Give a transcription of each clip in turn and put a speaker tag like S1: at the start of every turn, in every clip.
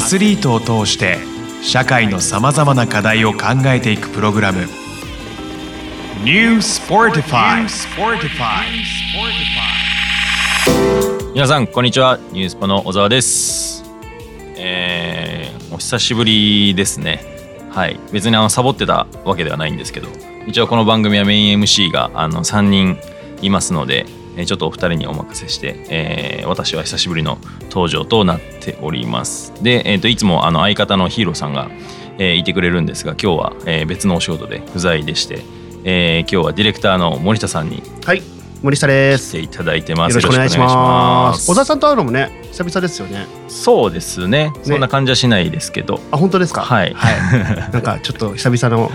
S1: スリートを通して社会のさまざまな課題を考えていくプログラム「New Sportify」
S2: 皆さんこんにちはニュースポの小沢ですえー、お久しぶりですねはい別にあのサボってたわけではないんですけど一応この番組はメイン MC があの3人いますのでえーちょっとお二人にお任せして、えー私は久しぶりの登場となっておりますで、えー、といつもあの相方のヒーローさんが、えーいてくれるんですが今日は、えー別のお仕事で不在でして、えー今日はディレクターの森田さんに
S3: はい、森下で
S2: 来
S3: す。
S2: ていただいてま
S3: よ
S2: す
S3: ろしくお願いします。小
S2: 小沢
S3: 沢さんと会うのもね、久々ですよね。
S2: そうですねそんな感じはしないですけど、
S3: あ、本当ですか。
S2: はい
S3: はい。なんかちょっと久々の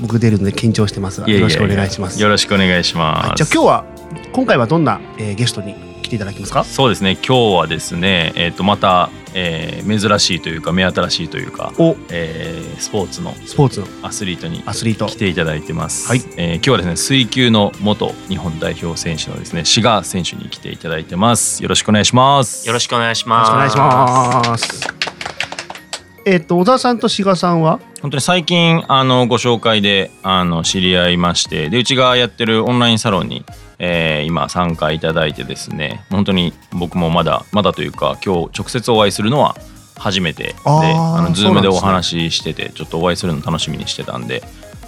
S3: 僕出るので緊張してますが、
S2: いえいえ
S3: よろしくお願いします。
S2: よろしくお願いします、
S3: はいじゃあ今日は今回はどんな、えーゲストに来ていただきますか。
S2: そうですね今日はですね、えー、とまた、えー珍しいというか目新しいというか、
S3: お、
S2: えースポーツの
S3: スポーツの
S2: アスリートに
S3: アスリート
S2: 来。ていただいてます、
S3: はい
S2: えー今日はですね水球の元日本代表選手のですね志賀選手に来ていただいてますよろしくお願いします
S4: よろしくお願いし
S3: よろ
S4: ま
S3: し
S4: す。
S3: くお願いします。えっ、と小沢さんと志賀さんは、
S2: 本当に最近あのご紹介であの知り合いましてでうちがやってるオンラインサロンに、えー今参加いただいてですね本当に僕もまだまだというか今日直接お会いするのは初めてで
S3: あー
S2: あのズ
S3: そ
S2: ー
S3: う
S2: ム
S3: なん
S2: で
S3: ですね
S2: お話ししてて、ちょっとお会いするの楽しみにしてたんで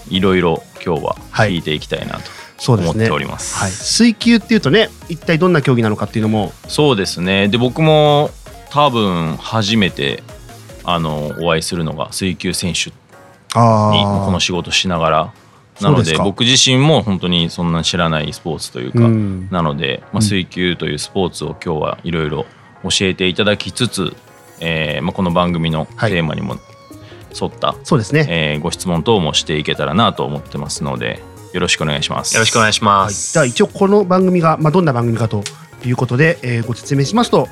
S2: いろいろ今日は
S3: はい
S2: 聞いていきたいなと
S3: そうで
S2: 思
S3: す
S2: っ
S3: ね。
S2: ております。
S3: はい。水球っていうとね、一体どんな競技なのかっていうのも、
S2: そうですねで僕も多分初めてあのお会いするのが水球選手
S3: あ
S2: に
S3: ー
S2: この仕事しながら
S3: そ
S2: な
S3: う
S2: の
S3: です
S2: で
S3: か
S2: 僕自身も本当にそんな知らないスポーツというか、
S3: うん
S2: なので、ま
S3: うん
S2: あ、水球というスポーツを今日はいろいろ教えていただきつつ、えーまあ、この番組のテ
S3: はい
S2: ーマにも沿った、
S3: そうですね。
S2: えーご質問等もしていけたらなと思ってますのでよろしくお願いします。
S4: よろしくお願いしま
S3: はい、
S4: す。
S3: では一応この番組が、まあ、どんな番組かということで、えーご説明しますと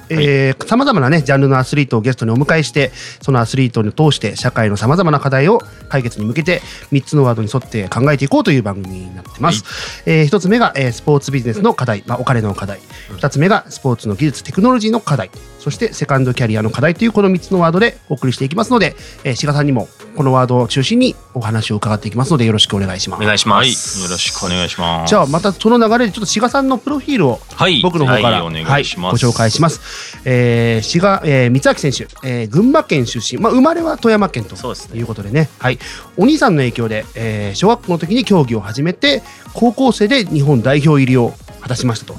S3: さまざまな、ね、ジャンルのアスリートをゲストにお迎えしてそのアスリートを通して社会のさまざまな課題を解決に向けて3つのワードに沿って考えていこうという番組になってます。え1つ目が、えースポーツビジネスの課題、まあ、お金の課題2つ目がスポーツの技術テクノロジーの課題そしてセカンドキャリアの課題というこの3つのワードでお送りしていきますので、えー、志賀さんにもこのワードを中心にお話を伺っていきますのでよろしくお願いしま
S4: お
S3: す。
S4: 願いし
S2: は
S4: ま
S2: い、よ
S4: す。
S2: ろしくお願いします。
S3: じゃあまたその流れでちょっと志賀さんのプロフィールを
S2: はい、
S3: 僕の方から、
S2: はい、お願いします。
S3: はいご紹介します。えー、志賀、えー、光明選手、えー、群馬県出身、まあ、生まれは富山県と
S4: そうですね
S3: いうことでね、はい、お兄さんの影響で、えー、小学校の時に競技を始めて、高校生で日本代表入りを果たしましたと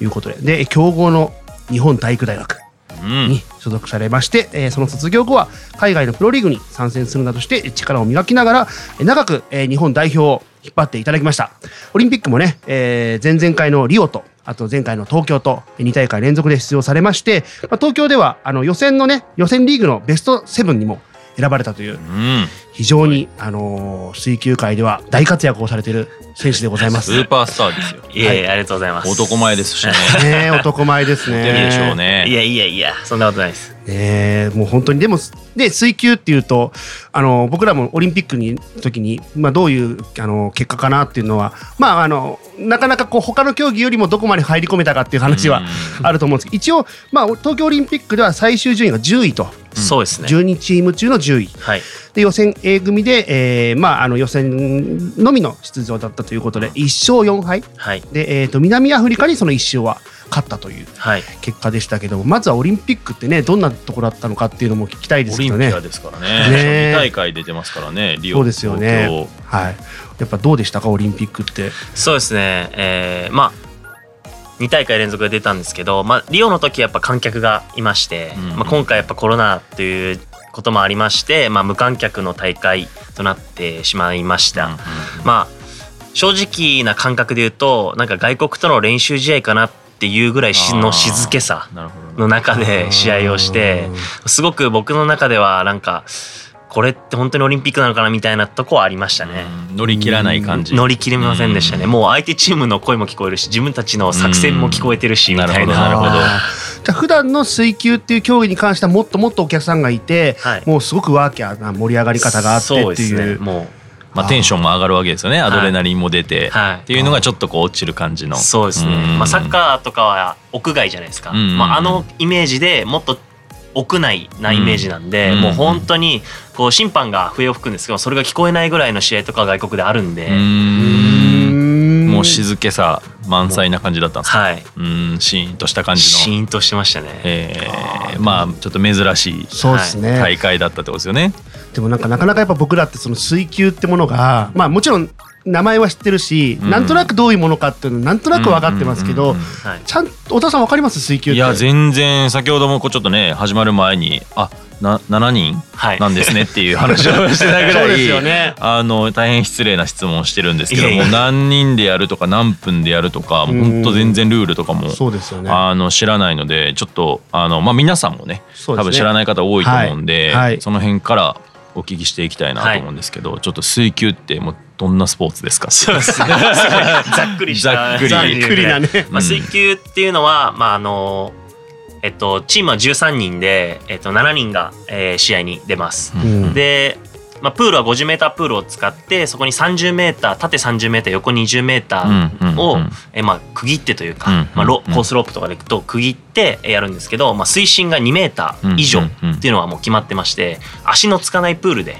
S3: いうことで、で強豪の日本体育大学
S2: うん、うん
S3: に所属されまして、えーその卒業後は海外のプロリーグに参戦するなどして力を磨きながらえー長く、えー日本代表を引っ張っていただきましたオリンピックもね、えー前々回のリオとあと前回の東京と2大会連続で出場されまして、まあ、東京ではあの予選のね予選リーグのベスト7にも選ばれたという
S2: うん、
S3: 非常に、あのー水球界では大活躍をされている選手でございま
S2: ス
S3: す。
S2: ーパースターですよ。
S4: いえいえ、ありがとうございます。
S2: 男前ですしね。
S3: ねえ男前です ね。
S2: 出るでしょうね。
S4: いやいやいや、そんなことないです。
S3: ねえもう本当にでもで水球っていうとあの僕らもオリンピックに時に、まあ、どういうあの結果かなっていうのはまああのなかなかこう他の競技よりもどこまで入り込めたかっていう話はあると思うんですけど一応、まあ、東京オリンピックでは最終順位が10位と、
S4: そうですね。
S3: 12チーム中の10位
S4: はい。
S3: で予選 A 組で、えーまあ、あの予選のみの出場だったということで1勝4敗
S4: はい。
S3: で、えー、と南アフリカにその1勝は勝ったという。
S4: はい。
S3: 結果でしたけどもまずはオリンピックってねどんなところだったのかっていうのも聞きたいです
S2: オ
S3: け
S2: リン
S3: ど
S2: ピ
S3: ね
S2: アですからね。
S3: ね
S2: 二大会出てますからね。リオ
S3: そうですよね
S2: 東
S3: はいやっぱどうでしたかオリンピックって
S4: そうですね。えー、まあ、2大会連続で出たんですけど、まあ、リオの時はやっぱ観客がいまして、
S2: うん
S4: まあ、今回やっぱコロナということもありまして、まあ、無観客の大会となってしまいまし
S2: 京
S4: た。まあ正直な感覚で言うとなんか外国との練習試合かなっていうぐらいしの静けさ
S2: なるほど
S4: の
S2: ね。
S4: 中で試合をしてすごく僕の中ではなんかこれって本当にオリンピックなのかなみたいなとこはありましたね。
S2: うん乗り切らない感じ。
S4: 乗り切れませんでしたね、
S2: うん
S4: もう相手チームの声も聞こえるし自分たちの作戦も聞こえてるし、
S2: うん
S4: みたいな
S2: なるほどなるほど
S3: あーじゃあ普段の水球っていう競技に関してはもっともっとお客さんがいて、
S4: はい
S3: もうすごくワーキャーな盛り上がり方があって
S4: そう
S3: っ
S4: で
S3: て
S4: す
S3: い
S4: ね
S3: う
S4: も
S2: まあテンションも上がるわけですよね。アドレナリンも出て、
S4: はい
S2: っていうのがちょっとこう落ちる感じの。
S4: うそうですね、
S2: うん
S4: まあ、サッカーとかは屋外じゃないですか、
S2: うん
S4: まあ、あのイメージでもっと屋内なイメージなんで、
S2: うん
S4: もう本当にこう審判が笛を吹くんですけどそれが聞こえないぐらいの試合とか外国であるんで、
S2: んもう
S3: ず
S2: 静けさ満載な感じだったんですか
S4: はい
S2: うんシーンとした感じ
S4: シ
S2: の、
S4: ーンとしてましたね。
S2: えー、まあちょっと珍しい
S3: そうですね、
S2: 大会だったってことですよね。
S3: でもなんかなかなかやっぱ僕らってその水球ってものがまあもちろん名前は知ってるし、
S2: うん
S3: なんとなくどういうものかっていうのなんとなく分かってますけど、
S2: うんうんうん
S4: はい、
S3: ちゃんと小田さん分かります水球っ
S2: い
S3: て
S2: や全然先ほどもこうちょっとね始まる前にあな7人
S4: はい
S2: なんですねっていう話をしてたぐ
S3: そ
S2: ら
S3: うです
S2: い
S3: よね
S2: あの大変失礼な質問をしてるんですけど
S4: い
S2: も
S4: やいや
S2: 何人でやるとか何分でやるとかもうほんと全然ルールとかも
S3: そうですよね
S2: あの知らないのでちょっとあのまあ皆さんもね
S3: そう
S2: 多
S3: で
S2: 分
S3: すね
S2: 知らない方多いと思うんで、
S3: はいはい
S2: その辺からお聞きしていきたいなと思うんですけど、ちょっと水球ってもうどんなスポーツですか
S4: そうですね。 ざっくりした。
S2: ざっくり
S3: ざっくりなね
S4: まあ、水球っていうのは、まああのえっと、チームは13人で、えっと、7人が、えー試合に出ます。
S3: うん
S4: で、まあ、プールは 50m プールを使ってそこに 30m 縦 30m 横 20m を、
S2: うん
S4: えーまあ、区切ってというか、
S2: うん
S4: まあ、ロ
S2: うん
S4: コースロープとかでいくと区切ってえーやるんですけど、まあ、水深が 2m 以上っていうのはもう決まってまして足のつかないプールで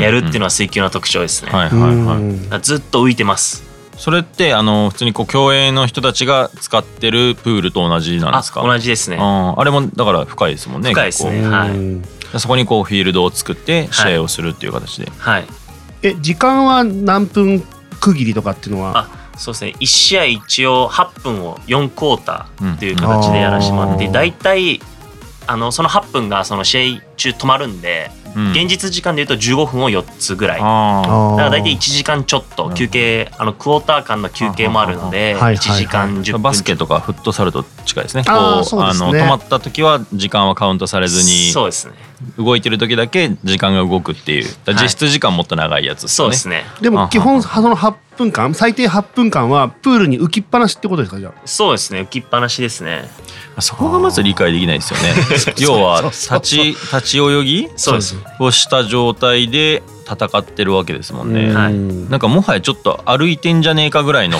S4: やるっていうの
S2: は、
S4: は水球の特徴ですね。
S2: はい
S3: うん
S2: はいはい、
S4: だからずっと浮いてます。
S2: それってあの普通にこう競泳の人たちが使ってるプールと同じなんですか
S4: あ同じですね。
S2: あーあれもだから深いですもんね
S4: 深いですね
S2: 結
S4: はい
S3: うん
S2: 構そこにこうフィールドを作って試合をするっていう形で、
S4: はい。
S3: え時間は何分区切りとかっていうのは
S4: あそうですね1試合一応8分を4クォーターっていう
S3: う
S4: 形
S3: ん
S4: でやらせてもらっ
S3: あ
S4: て
S3: ー
S4: 大体あのその8分がその試合中止まるんで、
S2: うん
S4: 現実時間でいうと15分を4つぐらいだ
S2: あ
S4: から大
S3: い
S4: 体1時間ちょっと休憩あのクォーター間の休憩もあるので
S3: はいはいはい
S4: 1時間10
S2: ー
S4: 分
S2: バスケとかフットサルと近いですね
S3: あー
S2: こう
S3: そうですね
S2: あの止まった時は時間はカウントされずに
S4: そうですね
S2: 動いてる時だけ時間が動くっていうだから実質時間もっと長いやつです
S4: そう
S2: よね、
S4: ですね
S3: でも基
S2: あ
S3: 本
S2: は
S3: その8分間最低8分間はプールに浮きっぱなしってことですかじゃあ
S4: そうですね浮きっぱなしですね
S2: そこがまず理解できないですよね要は立ち立ち泳ぎ
S4: そうです
S2: をした状態で戦ってるわけですもんね、
S3: うん
S4: はい
S2: なんかもはやちょっと歩いてんじゃねえかぐらい の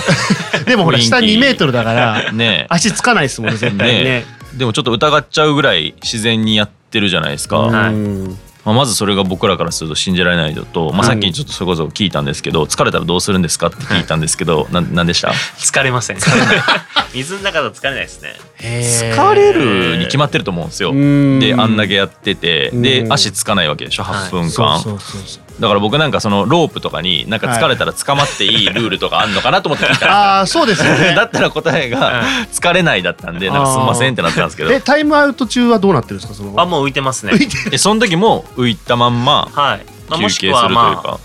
S3: でもほら下
S2: 雰囲気
S3: 2メートルだ から
S2: ね
S3: 足つかないですもんね絶対ね
S2: ねでもちょっと疑っちゃうぐらい自然にやってるじゃないですか、
S3: うん
S2: ま
S4: はい
S2: あ、まずそれが僕らからすると信じられないのと、まあ、さっきちょっとそれこそ聞いたんですけど疲れたらどうするんですかって聞いたんですけどななんでした
S4: 疲れません 水の中だと疲れないですね
S3: へー
S2: 疲れるに決まってると思うんですよ。
S3: うん
S2: であんだけやっててで
S3: うん
S2: 足つかないわけでしょ8分間、
S3: そうそうそうそう
S2: だから僕なんかそのロープとかになんか疲れたら捕まっていいルールとかあんのかなと思って聞 いたら
S3: ああそうですよ
S2: だ
S3: ね
S2: ったら答えが「疲れない」だったんで「なんかすんません」ってなったんですけど
S3: えタイムアウト中はどうなってるんですかそ
S4: あ
S3: の
S4: もう浮いてますね
S3: 浮いて
S2: えその時も浮いたまんま
S4: はい、ま
S2: 休憩
S4: あ、も
S2: す
S4: し
S2: るとい
S4: く
S2: う
S4: はまあ
S2: か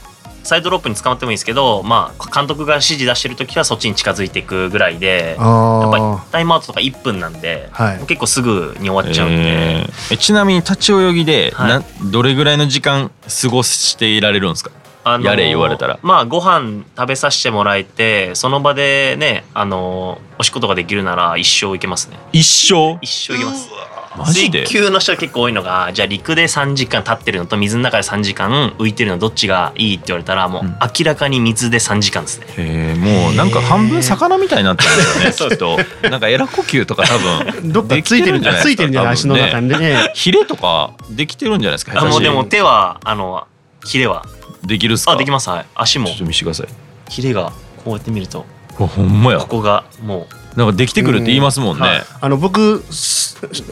S4: サイドロープに捕まってもいいですけど、まあ、監督が指示出してる時はそっちに近づいていくぐらいでやっぱ
S3: あ
S4: りタイムアウトとか1分なんで、
S3: はい
S4: もう結構すぐに終わっちゃうんで、
S2: えーえちなみに立ち泳ぎで、
S4: はい
S2: などれぐらいの時間過ごしていられるんですか
S4: あ
S2: やれ言われたら
S4: まあご飯食べさせてもらえてその場でねあのおしっことかできるなら一生いけますね
S2: 一生
S4: 一生いけます
S2: マジで
S4: 水球の人が結構多いのがじゃあ陸で3時間立ってるのと水の中で3時間浮いてるのどっちがいいって言われたらもう
S2: うん
S4: 明らかに水で3時間ですね、
S2: えー、もうなんか半分魚みたいになってるんだ よねきっとなんかエラ呼吸とか多
S3: ー
S2: 分
S3: どっかついてるんじゃないついてるんじゃない足の中
S2: に
S3: にね
S2: ヒレとかできてるんじゃないですか
S4: あ
S2: 下手
S4: も
S2: し
S4: うでも手はあのヒレは
S2: できるっすか
S4: あでき
S2: ま
S4: ますはい足も
S2: ちょっと見せてください
S4: ヒレがこうやって見ると
S2: うわほんまや
S4: ここがも
S2: なんかできてくるって言いますもんね、
S4: うんはい
S3: あの僕す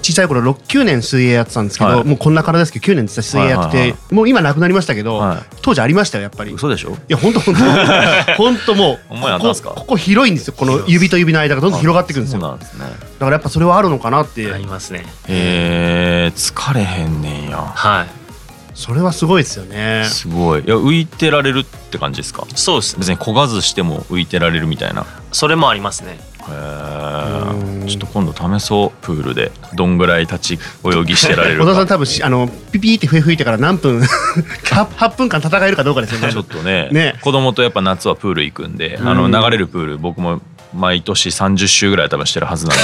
S3: 小さい頃6 9年水泳やってたんですけど、
S2: はい
S3: もうこんな体ですけど9年水泳やってて、
S2: はいはいは
S3: もう今なくなりましたけど、
S2: は
S3: 当時ありましたよやっぱりい
S2: 嘘でしょ
S3: や本当 本当本当もう
S2: ほんまや
S3: こ
S2: なんすか
S3: こここ広いんですよこの指と指の間がどんどん広がってくるんですよ
S2: そうな
S3: だ
S2: んですね
S3: からやっぱそれはあるのかなって、
S4: うありますね
S2: へえー、疲れへんねんや
S4: はい
S3: それはすごいですよね
S2: すごいいや浮いてられるって感じですか
S4: そうですね
S2: 別に焦がずしても浮いてられるみたいなへ
S4: それもありますね
S3: う
S2: え
S3: ん
S2: ちょっと今度試そうプールでどんぐらい立ち泳ぎしてられる
S3: 小 田さ
S2: か
S3: ん多分しあのピピーって笛吹いてから何分 8分間戦えるかどうかですよね
S2: ちょっとね
S3: ね
S2: 子供とやっぱ夏はプール行くんで、あの
S3: うん
S2: 流れるプール僕も毎年30周ぐらい多分してるはずなん で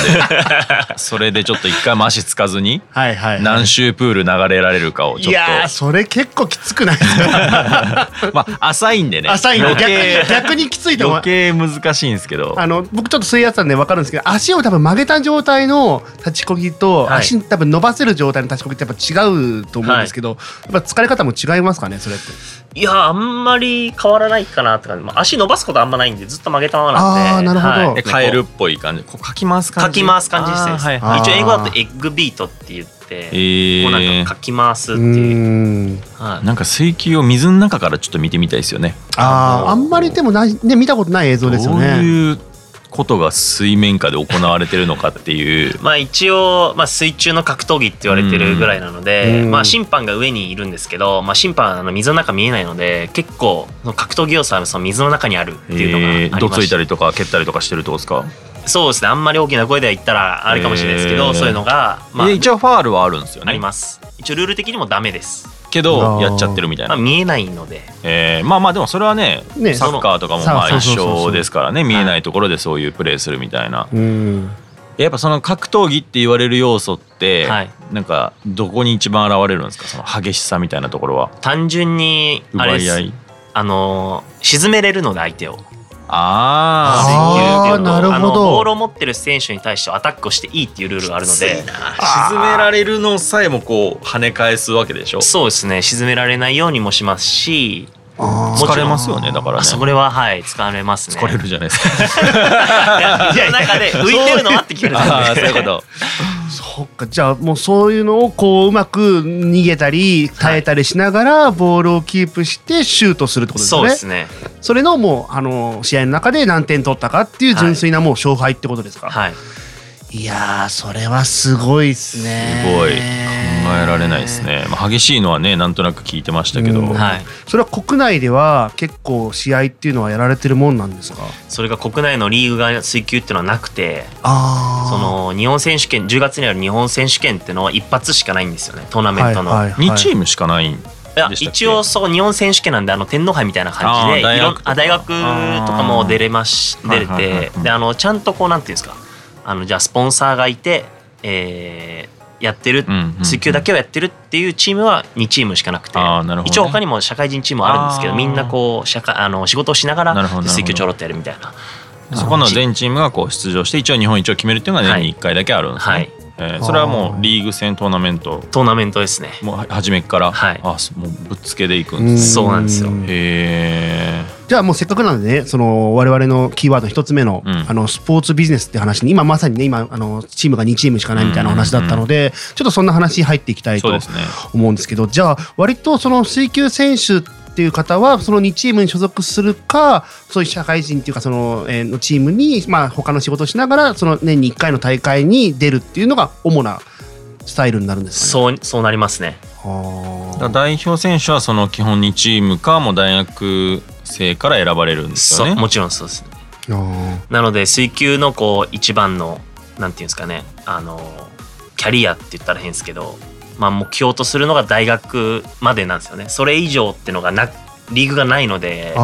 S2: それでちょっと一回も足つかずに
S3: はいはいはい
S2: 何周プール流れられるかをちょ
S3: いやー
S2: っ
S3: それ結構きつくないですか
S2: とまあ浅いんでね
S3: 浅いの
S2: 余
S3: 逆に
S2: 計
S3: 逆にきついと思う
S2: 余計難しいんですけど
S3: あの僕ちょっと水圧なんで分かるんですけど足を多分曲げた状態の立ちこぎと、
S4: はい
S3: 足多分伸ばせる状態の立ちこぎってやっぱ違うと思うんですけど、やっぱ疲れ方も違いますかねそれって
S4: いやーあんまり変わらないかなって感じ、まあ、足伸ばすことあんまないんでずっと曲げたままなんで
S3: あーなるほど
S4: はい
S2: えカエルっぽい感じこうかき回す感
S4: か
S2: じ
S4: き回す感じですね、
S2: あーはい
S3: あー
S4: 一応英語だとエッグビートって言って、
S2: え
S4: こうなん
S2: ー
S4: かかき回すっ
S3: う
S4: ていう、
S3: ーん
S4: はい
S2: なんか水球を水の中からちょっと見てみたいですよね
S3: あーあんまりでもない、ね、見たことない映像ですよ
S2: どう
S3: ね
S2: いうことが水面下で行われてるのかっていう
S4: まあ一応、まあ、水中の格闘技って言われてるぐらいなので、
S3: うん
S4: まあ、審判が上にいるんですけど、まあ、審判はあの水の中見えないので結構その格闘技要素はその水の中にあるっていうのがあ
S2: え
S4: り
S2: ー
S4: まして
S2: どついたりとか蹴ったりとかしてるってことですか、
S4: そうですねあんまり大きな声では言ったらあれかもしれないですけど、
S2: えー
S4: そういうのが、まあ
S2: で、一応ファールはあるんですよね
S4: あります一応ルール的にもダメです、
S2: け
S3: あ
S2: ど
S3: ー
S2: やっちゃってるみたい
S4: まあ、
S2: な、
S4: 見えないので
S2: えーまあまあでもそれはね
S3: ね
S2: サッカーとかも
S3: その
S2: まあ
S3: そうそ
S2: 一
S3: うそうそう
S2: 緒ですからね見えないところでそういうプレーするみたいな
S3: うん
S2: やっぱその格闘技って言われる要素って、
S4: はい
S2: なんかどこに一番現れるんですかその激しさみたいなところは
S4: 単純に
S2: 奪
S4: あれ
S2: い
S4: で
S2: 合
S4: す
S2: い
S4: あのー沈めれるので相手を
S2: あ
S3: あ
S4: 水球っていうのと
S3: なるほど
S4: あのボールを持ってる選手に対してアタックをしていいっていうルールがあるので
S2: あ沈められるのさえもこう跳ね返すわけでしょ
S4: そうですね沈められないようにもしますし、
S3: あ
S2: 疲れますよねだから
S4: あ
S2: ね
S4: そこでははい疲れますね
S2: 疲れるじゃないですか
S4: 水の 中で 浮いてるのはって聞かれ
S2: あ
S4: た
S2: あ
S4: ん
S2: そう
S4: で
S2: いうこと
S3: ーそっかじゃあもうそういうのをこううまく逃げたり耐えたりしながらボールをキープしてシュートするってことです
S4: そ
S3: よ
S4: う
S3: ね
S4: ですね
S3: それのもうあの試合の中で何点取ったかっていう純粋なもう勝敗ってことですか、
S4: はい
S3: い、やーそれはすごいですね
S2: すごい考えられないですね、まあ、激しいのはねなんとなく聞いてましたけど、
S3: うん
S4: はい
S3: それは国内では結構試合っていうのはやられてるもんなんですか
S4: それが国内のリーグが追求っていうのはなくて
S3: あ
S4: その日本選手権10月にある日本選手権っていうのは一発しかないんですよねトーナメントの、い
S2: 2チームしかないん
S4: や
S2: でしたっけ
S4: 一応そう日本選手権なんであの天皇杯みたいな感じで
S2: あー
S4: い
S2: 大
S4: ろん
S2: 学とか
S4: あ大学とかも出れまし
S2: あー
S4: 出れ
S2: はいはいはい
S4: て
S2: はい
S4: であのちゃんとこうなんていうんですかあのじゃあスポンサーがいて、えーやってる、
S2: うんうんうん
S4: 水球だけをやってるっていうチームは2チームしかなくて
S2: あーなるほどね
S4: 一応他にも社会人チームはあるんですけ
S2: あ
S4: ど
S2: ー
S4: みんなこう社会あの仕事をしなが
S2: なるほど
S4: ら
S2: なるほど
S4: 水球ちょろっとやるみたいな
S2: そこの全チームがこう出場して一応日本一を決めるっていうのが年に1回だけあるんですね、
S4: はい
S2: えーそれはもうリーグ戦トーナメント
S4: トーナメントですね
S2: もうは初めっから、
S4: はい
S2: あそもうぶっつけでいくんです、
S4: そうなんですよ
S2: へえ
S3: じゃあもうせっかくなんでねその我々のキーワード一つ目の,、
S2: うん
S3: あのスポーツビジネスって話に今まさにね今あのチームが2チームしかないみたいなお話だったので、ちょっとそんな話入っていきたい
S2: そう
S3: と
S2: ですね
S3: 思うんですけどじゃあ割とその水球選手っていう方はその2チームに所属するかそういう社会人っていうかその,、えーのチームに、まあ、他の仕事をしながらその年に1回の大会に出るっていうのが主なスタイルになるんですかね。
S4: そうそうなります
S2: だ
S4: ね
S2: から
S3: そ
S2: 代表選手はその基本2チームかもう大学生から選ばれるんです
S4: そう
S2: よね
S4: もちろんそうですねなので水球のこう一番のなんていうんですかねあのキャリアって言ったら変ですけど、まあ、目標とするのが大学までなんですよねそれ以上っていうのがなリーグがないので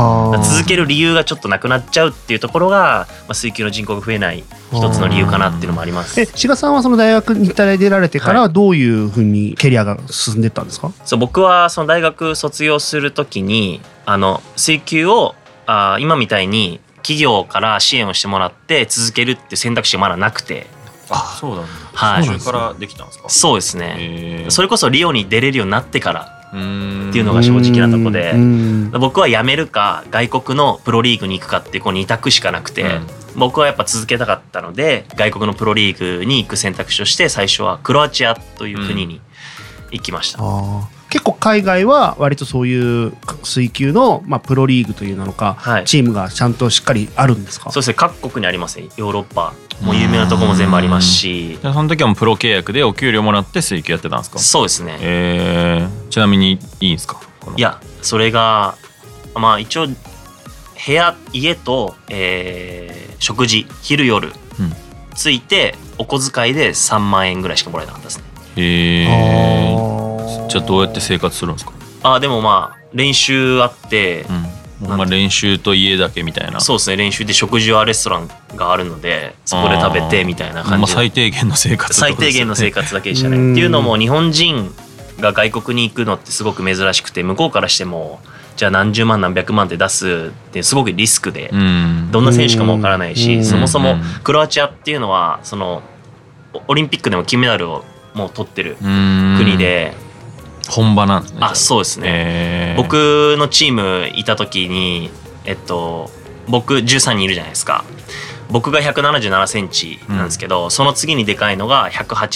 S4: 続ける理由がちょっとなくなっちゃうっていうところが、まあ、水球の人口が増えない一つの理由かなっていうのもありま
S3: え
S4: す
S3: 志賀さんはその大学に日体大出られてからはどういうふうにキャリアが進んでったんですか、
S4: そう僕はその大学卒業するときにあの水球をあー今みたいに企業から支援をしてもらって続けるっていう選択肢がまだなくて
S2: あそうだね
S4: はい
S2: それからできたんですか
S4: そうですね、
S2: へえ
S4: それこそリオに出れるようになってから
S2: って
S4: いうの
S2: が
S4: が正直なとこで
S3: うん
S4: 僕は辞めるか外国のプロリーグに行くかっていうこう二択しかなくて、
S2: うん
S4: 僕はやっぱ続けたかったので外国のプロリーグに行く選択肢として最初はクロアチアという国に行きました、
S3: あー結構海外は割とそういう水球の、まあ、プロリーグというなのか、
S4: はい
S3: チームがちゃんとしっかりあるんですか
S4: そうですね各国にありますねヨーロッパもう有名なとこも全部ありますし
S2: その時はもうプロ契約でお給料もらって水球やってたんですか
S4: そうですね
S2: えー、ちなみにいいんですかこの
S4: いやそれがまあ一応部屋家と、えー食事昼夜、
S2: うん
S4: ついてお小遣いで3万円ぐらいしかもらえなかったですね
S2: へえ
S3: あー
S2: じゃあどうやって生活するんですか、
S4: あーでもまあ練習あって、
S2: うんほんま練習と家だけみたいな
S4: そうですね練習で食事はレストランがあるのでそこで食べてみたいな
S2: ほん
S4: 感
S2: ま
S4: じで
S2: 最低限の生活って
S4: 最
S2: ことで
S4: 低
S2: すよ
S4: 限
S2: ね
S4: の生活だけでした
S3: うん
S4: ね。っていうのも日本人が外国に行くのってすごく珍しくて向こうからしてもじゃあ何十万何百万って出すってすごくリスクで
S2: うん
S4: どんな選手かもわからない
S3: うんうん
S4: しそもそうも
S2: ん
S4: クロアチアっていうのはそのオオリンピックでも金メダルをもう取ってる
S2: うん
S4: 国で
S2: 本場なんですね
S4: あそうです
S2: う
S4: ね
S2: ね
S4: 僕のチームいた時にえっと僕13人いるじゃないですか僕が1 7 7センチなんですけど、その次にでかいのが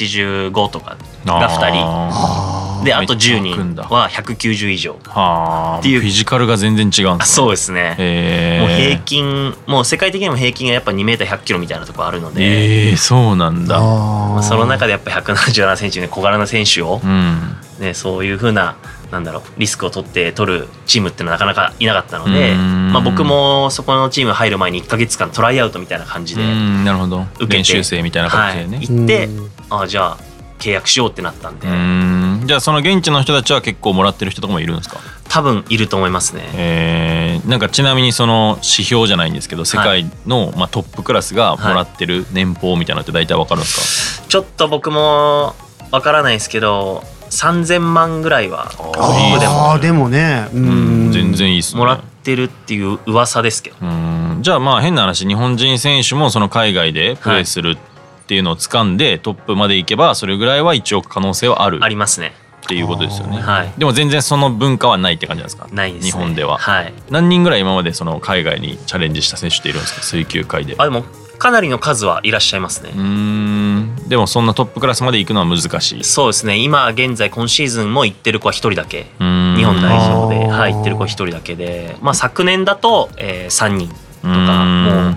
S4: 185とかが2人
S3: あ
S4: で
S2: あー
S4: あと10
S2: めっちゃ空くん
S4: 人
S2: だ
S4: は190以上
S2: はあ
S4: っていう
S2: フィジカルが全然違うんで
S4: あ
S2: す
S4: そうですね、
S2: へー
S4: もう平均もう世界的にも平均がやっぱ 2m100kg みたいなとこあるので、
S2: えー、そうなんだ
S4: ま
S3: あ
S4: あその
S3: で
S4: 中でやっぱ1 7 7センチの小柄な選手を
S2: う、ん
S4: ね、そういうふうななんだろうリスクを取って取るチームってのはなかなかいなかったので、
S2: うん
S4: まあ、僕もそこのチーム入る前に1か月間トライアウトみたいな感じ
S2: う
S4: で、
S2: んなるほど
S4: 受けて
S2: 練習生みたいな
S4: は
S2: 形で
S4: い、
S2: ね、
S4: 行ってああじゃあ契約しようってなったんで、
S2: うんじゃあその現地の人たちは結構もらってる人とかもいるんですか
S4: 多分いると思いますね。
S2: えーなんかちなみにその指標じゃないんですけど世界の、まあ、トップクラスがもらってる年俸みたいなのって大体わかるんです
S4: ちょっと僕もわからないですけど3000万ぐらいは
S2: か、
S3: ああーでもねう
S2: うんん全然いいっすね
S4: もらってるっていう噂ですけど、
S2: うんじゃあまあ変な話日本人選手もその海外でプレーするっていうのを掴んで、トップまで行けばそれぐらいは一応可能性はある
S4: ありますね
S2: っていうことですよね、
S4: はい
S2: でも全然その文化はないって感じなんですか
S4: ないです
S2: 日
S4: ね
S2: 本では、
S4: はい
S2: 何人ぐらい今までその海外にチャレンジした選手っているんですか水球界で
S4: あでもかなりの数はいらっしゃいますね、
S2: うーんでもそんなトップクラスまで行くのは難しい
S4: そうですね今現在今シーズンも行ってる子は1人だけ
S2: うーん
S4: 日本代表で、
S3: あー
S4: はい、行ってる子1人だけで、まあ、昨年だと、え3人
S2: と
S4: とかもう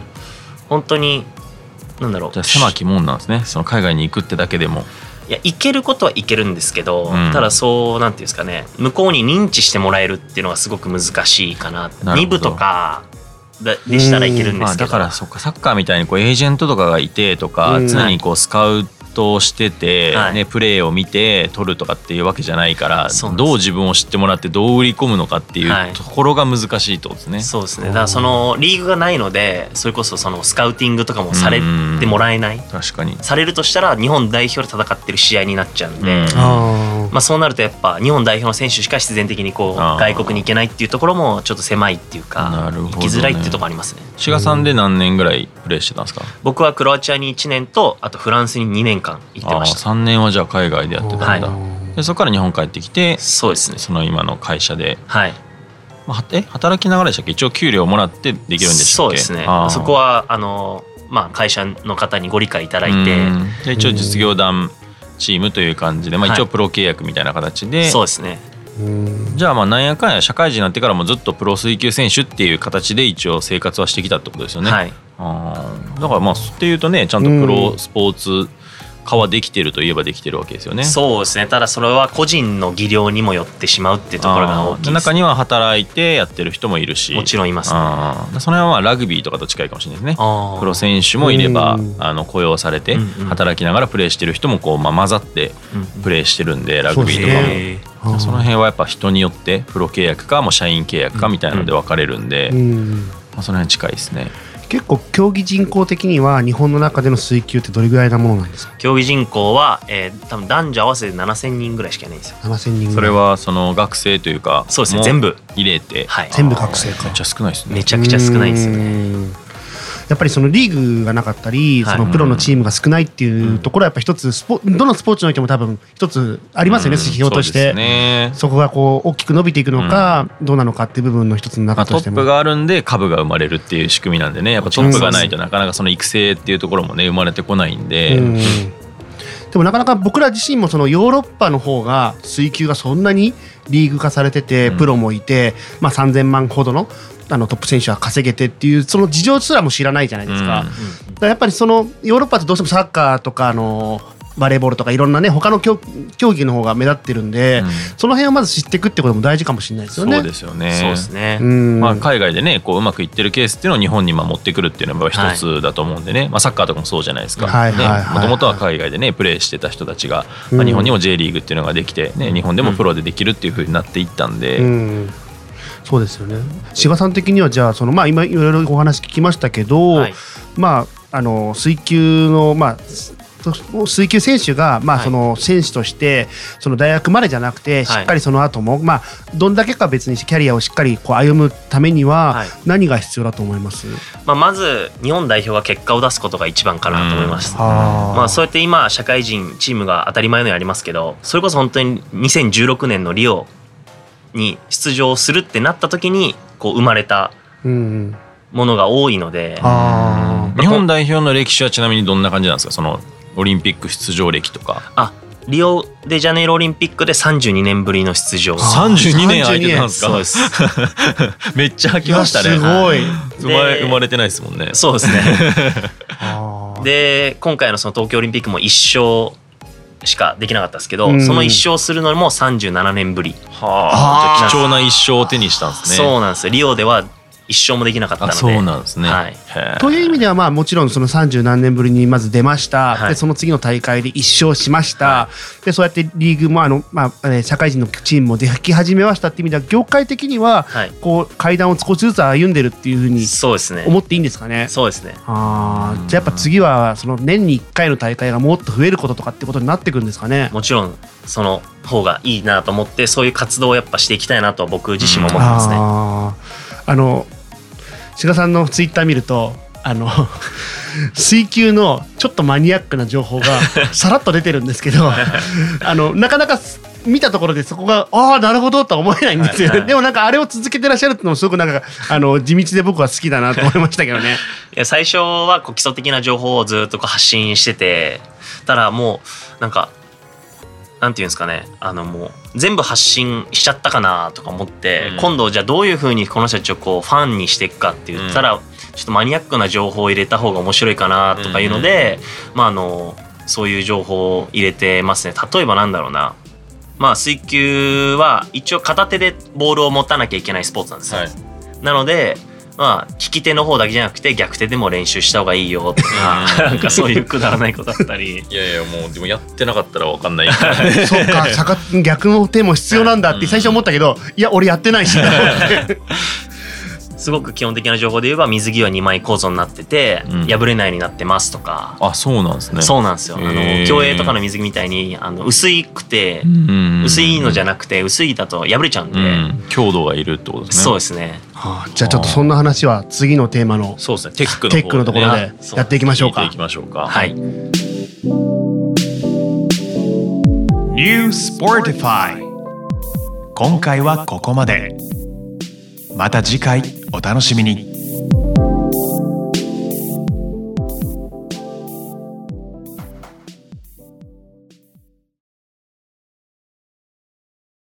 S4: 本当になんだろう
S2: じゃあ狭きもんなんですねその海外に行くってだけでも
S4: いや行けることは行けるんですけど、
S2: うん
S4: ただそうなんていうんですかね向こうに認知してもらえるっていうのがすごく難しいかな
S2: なるほど
S4: 2部とかだでしたらいけるんで
S2: まあ、
S4: すけ
S2: だ
S4: ど、
S2: からそっかサッカーみたいにこうエージェントとかがいてとか、
S3: うん
S2: 常にこうスカウトをしてて、
S4: はい
S2: ね、プレーを見て取るとかっていうわけじゃないから
S4: そうなんです
S2: どう自分を知ってもらってどう売り込むのかってい
S4: はいう
S2: ところが難しいってことですね。
S4: そうですねだからそのリーグがないのでそれこそそのスカウティングとかもされてもらえない、
S2: 確かに
S4: されるとしたら日本代表で戦ってる試合になっちゃうんで、
S2: うん
S3: あー
S4: まあ、そうなるとやっぱ日本代表の選手しか必然的にこう
S2: あー
S4: 外国に行けないっていうところもちょっと狭いっていう
S2: な
S4: か、
S2: るほどね
S4: 行きづらいっていうところありますね。
S2: 志賀さんで何年ぐらいプレーしてたんですか
S4: 僕はクロアチアに1年とあとフランスに2年間行って
S2: あ
S4: ました
S2: 3年はじゃあ海外でやってたんだ、
S4: は
S2: でそこから日本帰ってきて
S4: そうですね
S2: その今の会社で、
S4: はい
S2: まあ、はえ働きながらでしたっけ一応給料もらってできるんでしたっ
S4: そう
S2: け
S4: ですね
S2: あー
S4: そこはあの、まあ、会社の方にご理解いただいて
S2: うんで一応実業団チームという感じで、まあ、
S4: はい
S2: 一応プロ契約みたいな形で、
S4: そうですね
S3: うん
S2: じゃあまあなんやかんや社会人になってからもずっとプロ水球選手っていう形で一応生活はしてきたってことですよね。
S4: はい
S2: あーだからまあっていうとねちゃんとプロスポーツ化はできてるといえばできてるわけですよね。
S4: そうですねただそれは個人の技量にもよってしまうっていうところが大
S2: あー
S4: きいです
S2: 中には働いてやってる人もいるし
S4: もちろんいますね
S2: あーその辺はラグビーとかと近いかもしれないですね。
S4: あー
S2: プロ選手もいれば
S3: うん
S2: あの雇用されて
S4: うんうん
S2: 働きながらプレーしてる人もこう、まあ、混ざって
S4: うん
S2: プレーしてるんでラグビーとか
S3: そう
S2: も
S3: ですね
S4: えー
S3: あー
S2: その辺はやっぱ人によってプロ契約かもう社員契約かみたいなので分かれるんで、
S3: うん
S2: まあ、その辺近いですね。
S3: 結構競技人口的には日本の中での水球ってどれぐらいなものなんですか
S4: 競技人口は、えー多分男女合わせて7000人ぐらいしかいないんですよ
S3: 7000人ぐらい
S2: それはその学生というか
S4: そうですね
S2: も
S4: 全部
S2: 入れて、
S4: はい
S3: 全部学生
S2: め
S3: か
S2: っちゃ少ないですね
S4: め。ちゃくちゃ少ないですよね
S3: ねやっぱりそのリーグがなかったり、
S4: はい
S3: そのプロのチームが少ないっていうところはやっぱ一つスポどのスポーツにおいても多分一つありますよね、
S2: うん
S3: 指標と
S2: そ
S3: し
S2: うで
S3: て
S2: すね
S3: そこがこう大きく伸びていくのか、どうなのかっていう部分の一つの
S2: ま
S3: 中
S2: あ、
S3: と
S2: ト
S3: して
S2: ッ
S3: も、
S2: プがあるんで株が生まれるっていう仕組みなんでねやっぱトップがないとなかなかその育成っていうところもね生まれてこないんで、
S3: うんでもなかなか僕ら自身もそのヨーロッパの方が水球がそんなにリーグ化されてて
S2: うん
S3: プロもいて、まあ、3000万ほどのあのトップ選手は稼げてっていうその事情すらも知らないじゃないですか。
S2: うん
S3: だからやっぱりそのヨーロッパってどうしてもサッカーとかあのバレーボールとかいろんなね他の競競技の方が目立ってるんで、
S2: うん
S3: その辺をまず知っていくってことも大事かもしれないです
S2: そ
S3: よね。
S2: うですよね。
S4: そうですね、
S3: うん
S2: まあ、海外でねこううまくいってるケースっていうのを日本にまあ持ってくるっていうのが一つだと思うんでね、まあ、サッカーとかもそうじゃないですか
S3: はいはいはいはい
S2: もともとは海外でねプレーしてた人たちが、
S3: うん
S2: まあ、日本にも J リーグっていうのができて、ね、日本でもプロでできるっていうふうになっていったんで、
S3: うんそうですよね志賀さん的にはじゃあその、まあ、今いろいろお話聞きましたけど、
S4: はい
S3: まあ、あの水球の、まあ、す水球選手が、まあ、
S4: はい
S3: その選手としてその大学までじゃなくてし
S4: はい
S3: っかりその後も、まあ、どんだけか別にキャリアをしっかりこう歩むためには
S4: はい
S3: 何が必要だと思います、
S4: まあ、まず日本代表が結果を出すことが一番かなと思います。
S3: あー
S4: まあ、そうやって今社会人チームが当たり前のようにありますけどそれこそ本当に2016年のリオに出場するってなった時にこう生まれた
S3: うん、
S4: ものが多いので
S3: あ
S2: 日本代表の歴史はちなみにどんな感じなんですかそのオリンピック出場歴とか
S4: あリオデジャネイロオリンピックで32年ぶりの出場
S3: あ
S2: 32年相手なんです
S4: そう
S2: か
S4: です
S2: めっちゃ空きましたね
S3: いやすごい
S2: 生まれ
S4: で
S2: 生まれてないですもんね
S4: そうですね
S3: あー
S4: で今回のその東京オリンピックも1勝しかできなかったですけど、
S3: うん
S4: その1勝するのも37年ぶり、
S2: は
S4: あ
S2: 貴重な一生を手にしたんですね
S4: そうなんですよリオでは1勝もできなかったの
S2: あ
S4: で
S2: そうなんですね、
S4: はい
S2: へ
S3: という意味ではまあもちろんその30何年ぶりにまず出ました、
S4: はい
S3: でその次の大会で1勝しました、でそうやってリーグもあの、まあ、えー社会人のチームもでき始めましたっていう意味では業界的には
S4: はい
S3: こう階段を少しずつ歩んでるっていうふうに
S4: そうですね
S3: 思っていいんですかね。
S4: そうですね
S3: あーじゃあやっぱ次はその年に1回の大会がもっと増えることとかってことになってくるんですかね。
S4: もちろんその方がいいなと思ってそういう活動をやっぱしていきたいなと僕自身も思ってますね。
S3: あーあの志賀さんのツイッター見るとあの 水球のちょっとマニアックな情報がさらっと出てるんですけどあのなかなか見たところでそこがああなるほどとは思えないんですよ、
S4: はいはい
S3: でもなんかあれを続けてらっしゃるっていうのもすごくなんかあの地道で僕は好きだなと思いましたけどね。
S4: いや最初はこう基礎的な情報をずっとこう発信しててたらもうなんかなんていうんですかねあのもう全部発信しちゃったかなとか思って、
S2: うん
S4: 今度じゃあどういうふうにこの人たちをこうファンにしていくかって言ったら、ちょっとマニアックな情報を入れた方が面白いかなとかいうので、まああのそういう情報を入れてますね例えばなんだろうなまあ水球は一応片手でボールを持たなきゃいけないスポーツなんですよ、
S2: はい
S4: なので、まあ、利き手の方だけじゃなくて逆手でも練習した方がいいよとか
S2: うん
S4: なんかそういうくだらないことだったり
S2: いやいやもうでもやってなかったら分かんない
S3: そうか逆逆の手も必要なんだって最初思ったけどいや俺やってない し
S4: すごく基本的な情報で言えば水着は2枚構造になってて、
S2: うん
S4: 破れないようになってますとか、
S2: あそうなんですね
S4: そうなんですよあ
S2: へ
S4: の
S2: ー
S4: 競泳とかの水着みたいにあの薄いくて、
S2: うん
S4: 薄いのじゃ
S2: な
S4: なくて薄いだと破れちゃうんで、
S2: うん、強度がいるってことですね
S4: そうですね
S3: はあじゃあちょっとそんな話は次のテーマの
S2: そうですねテックの方
S3: テックのところ
S2: ね
S3: でやっていきましょう
S2: 聞い
S3: か
S2: ていき。ましょうか
S4: はい
S1: ニュースポ p o ティファイ今回はここまでまた次回お楽しみに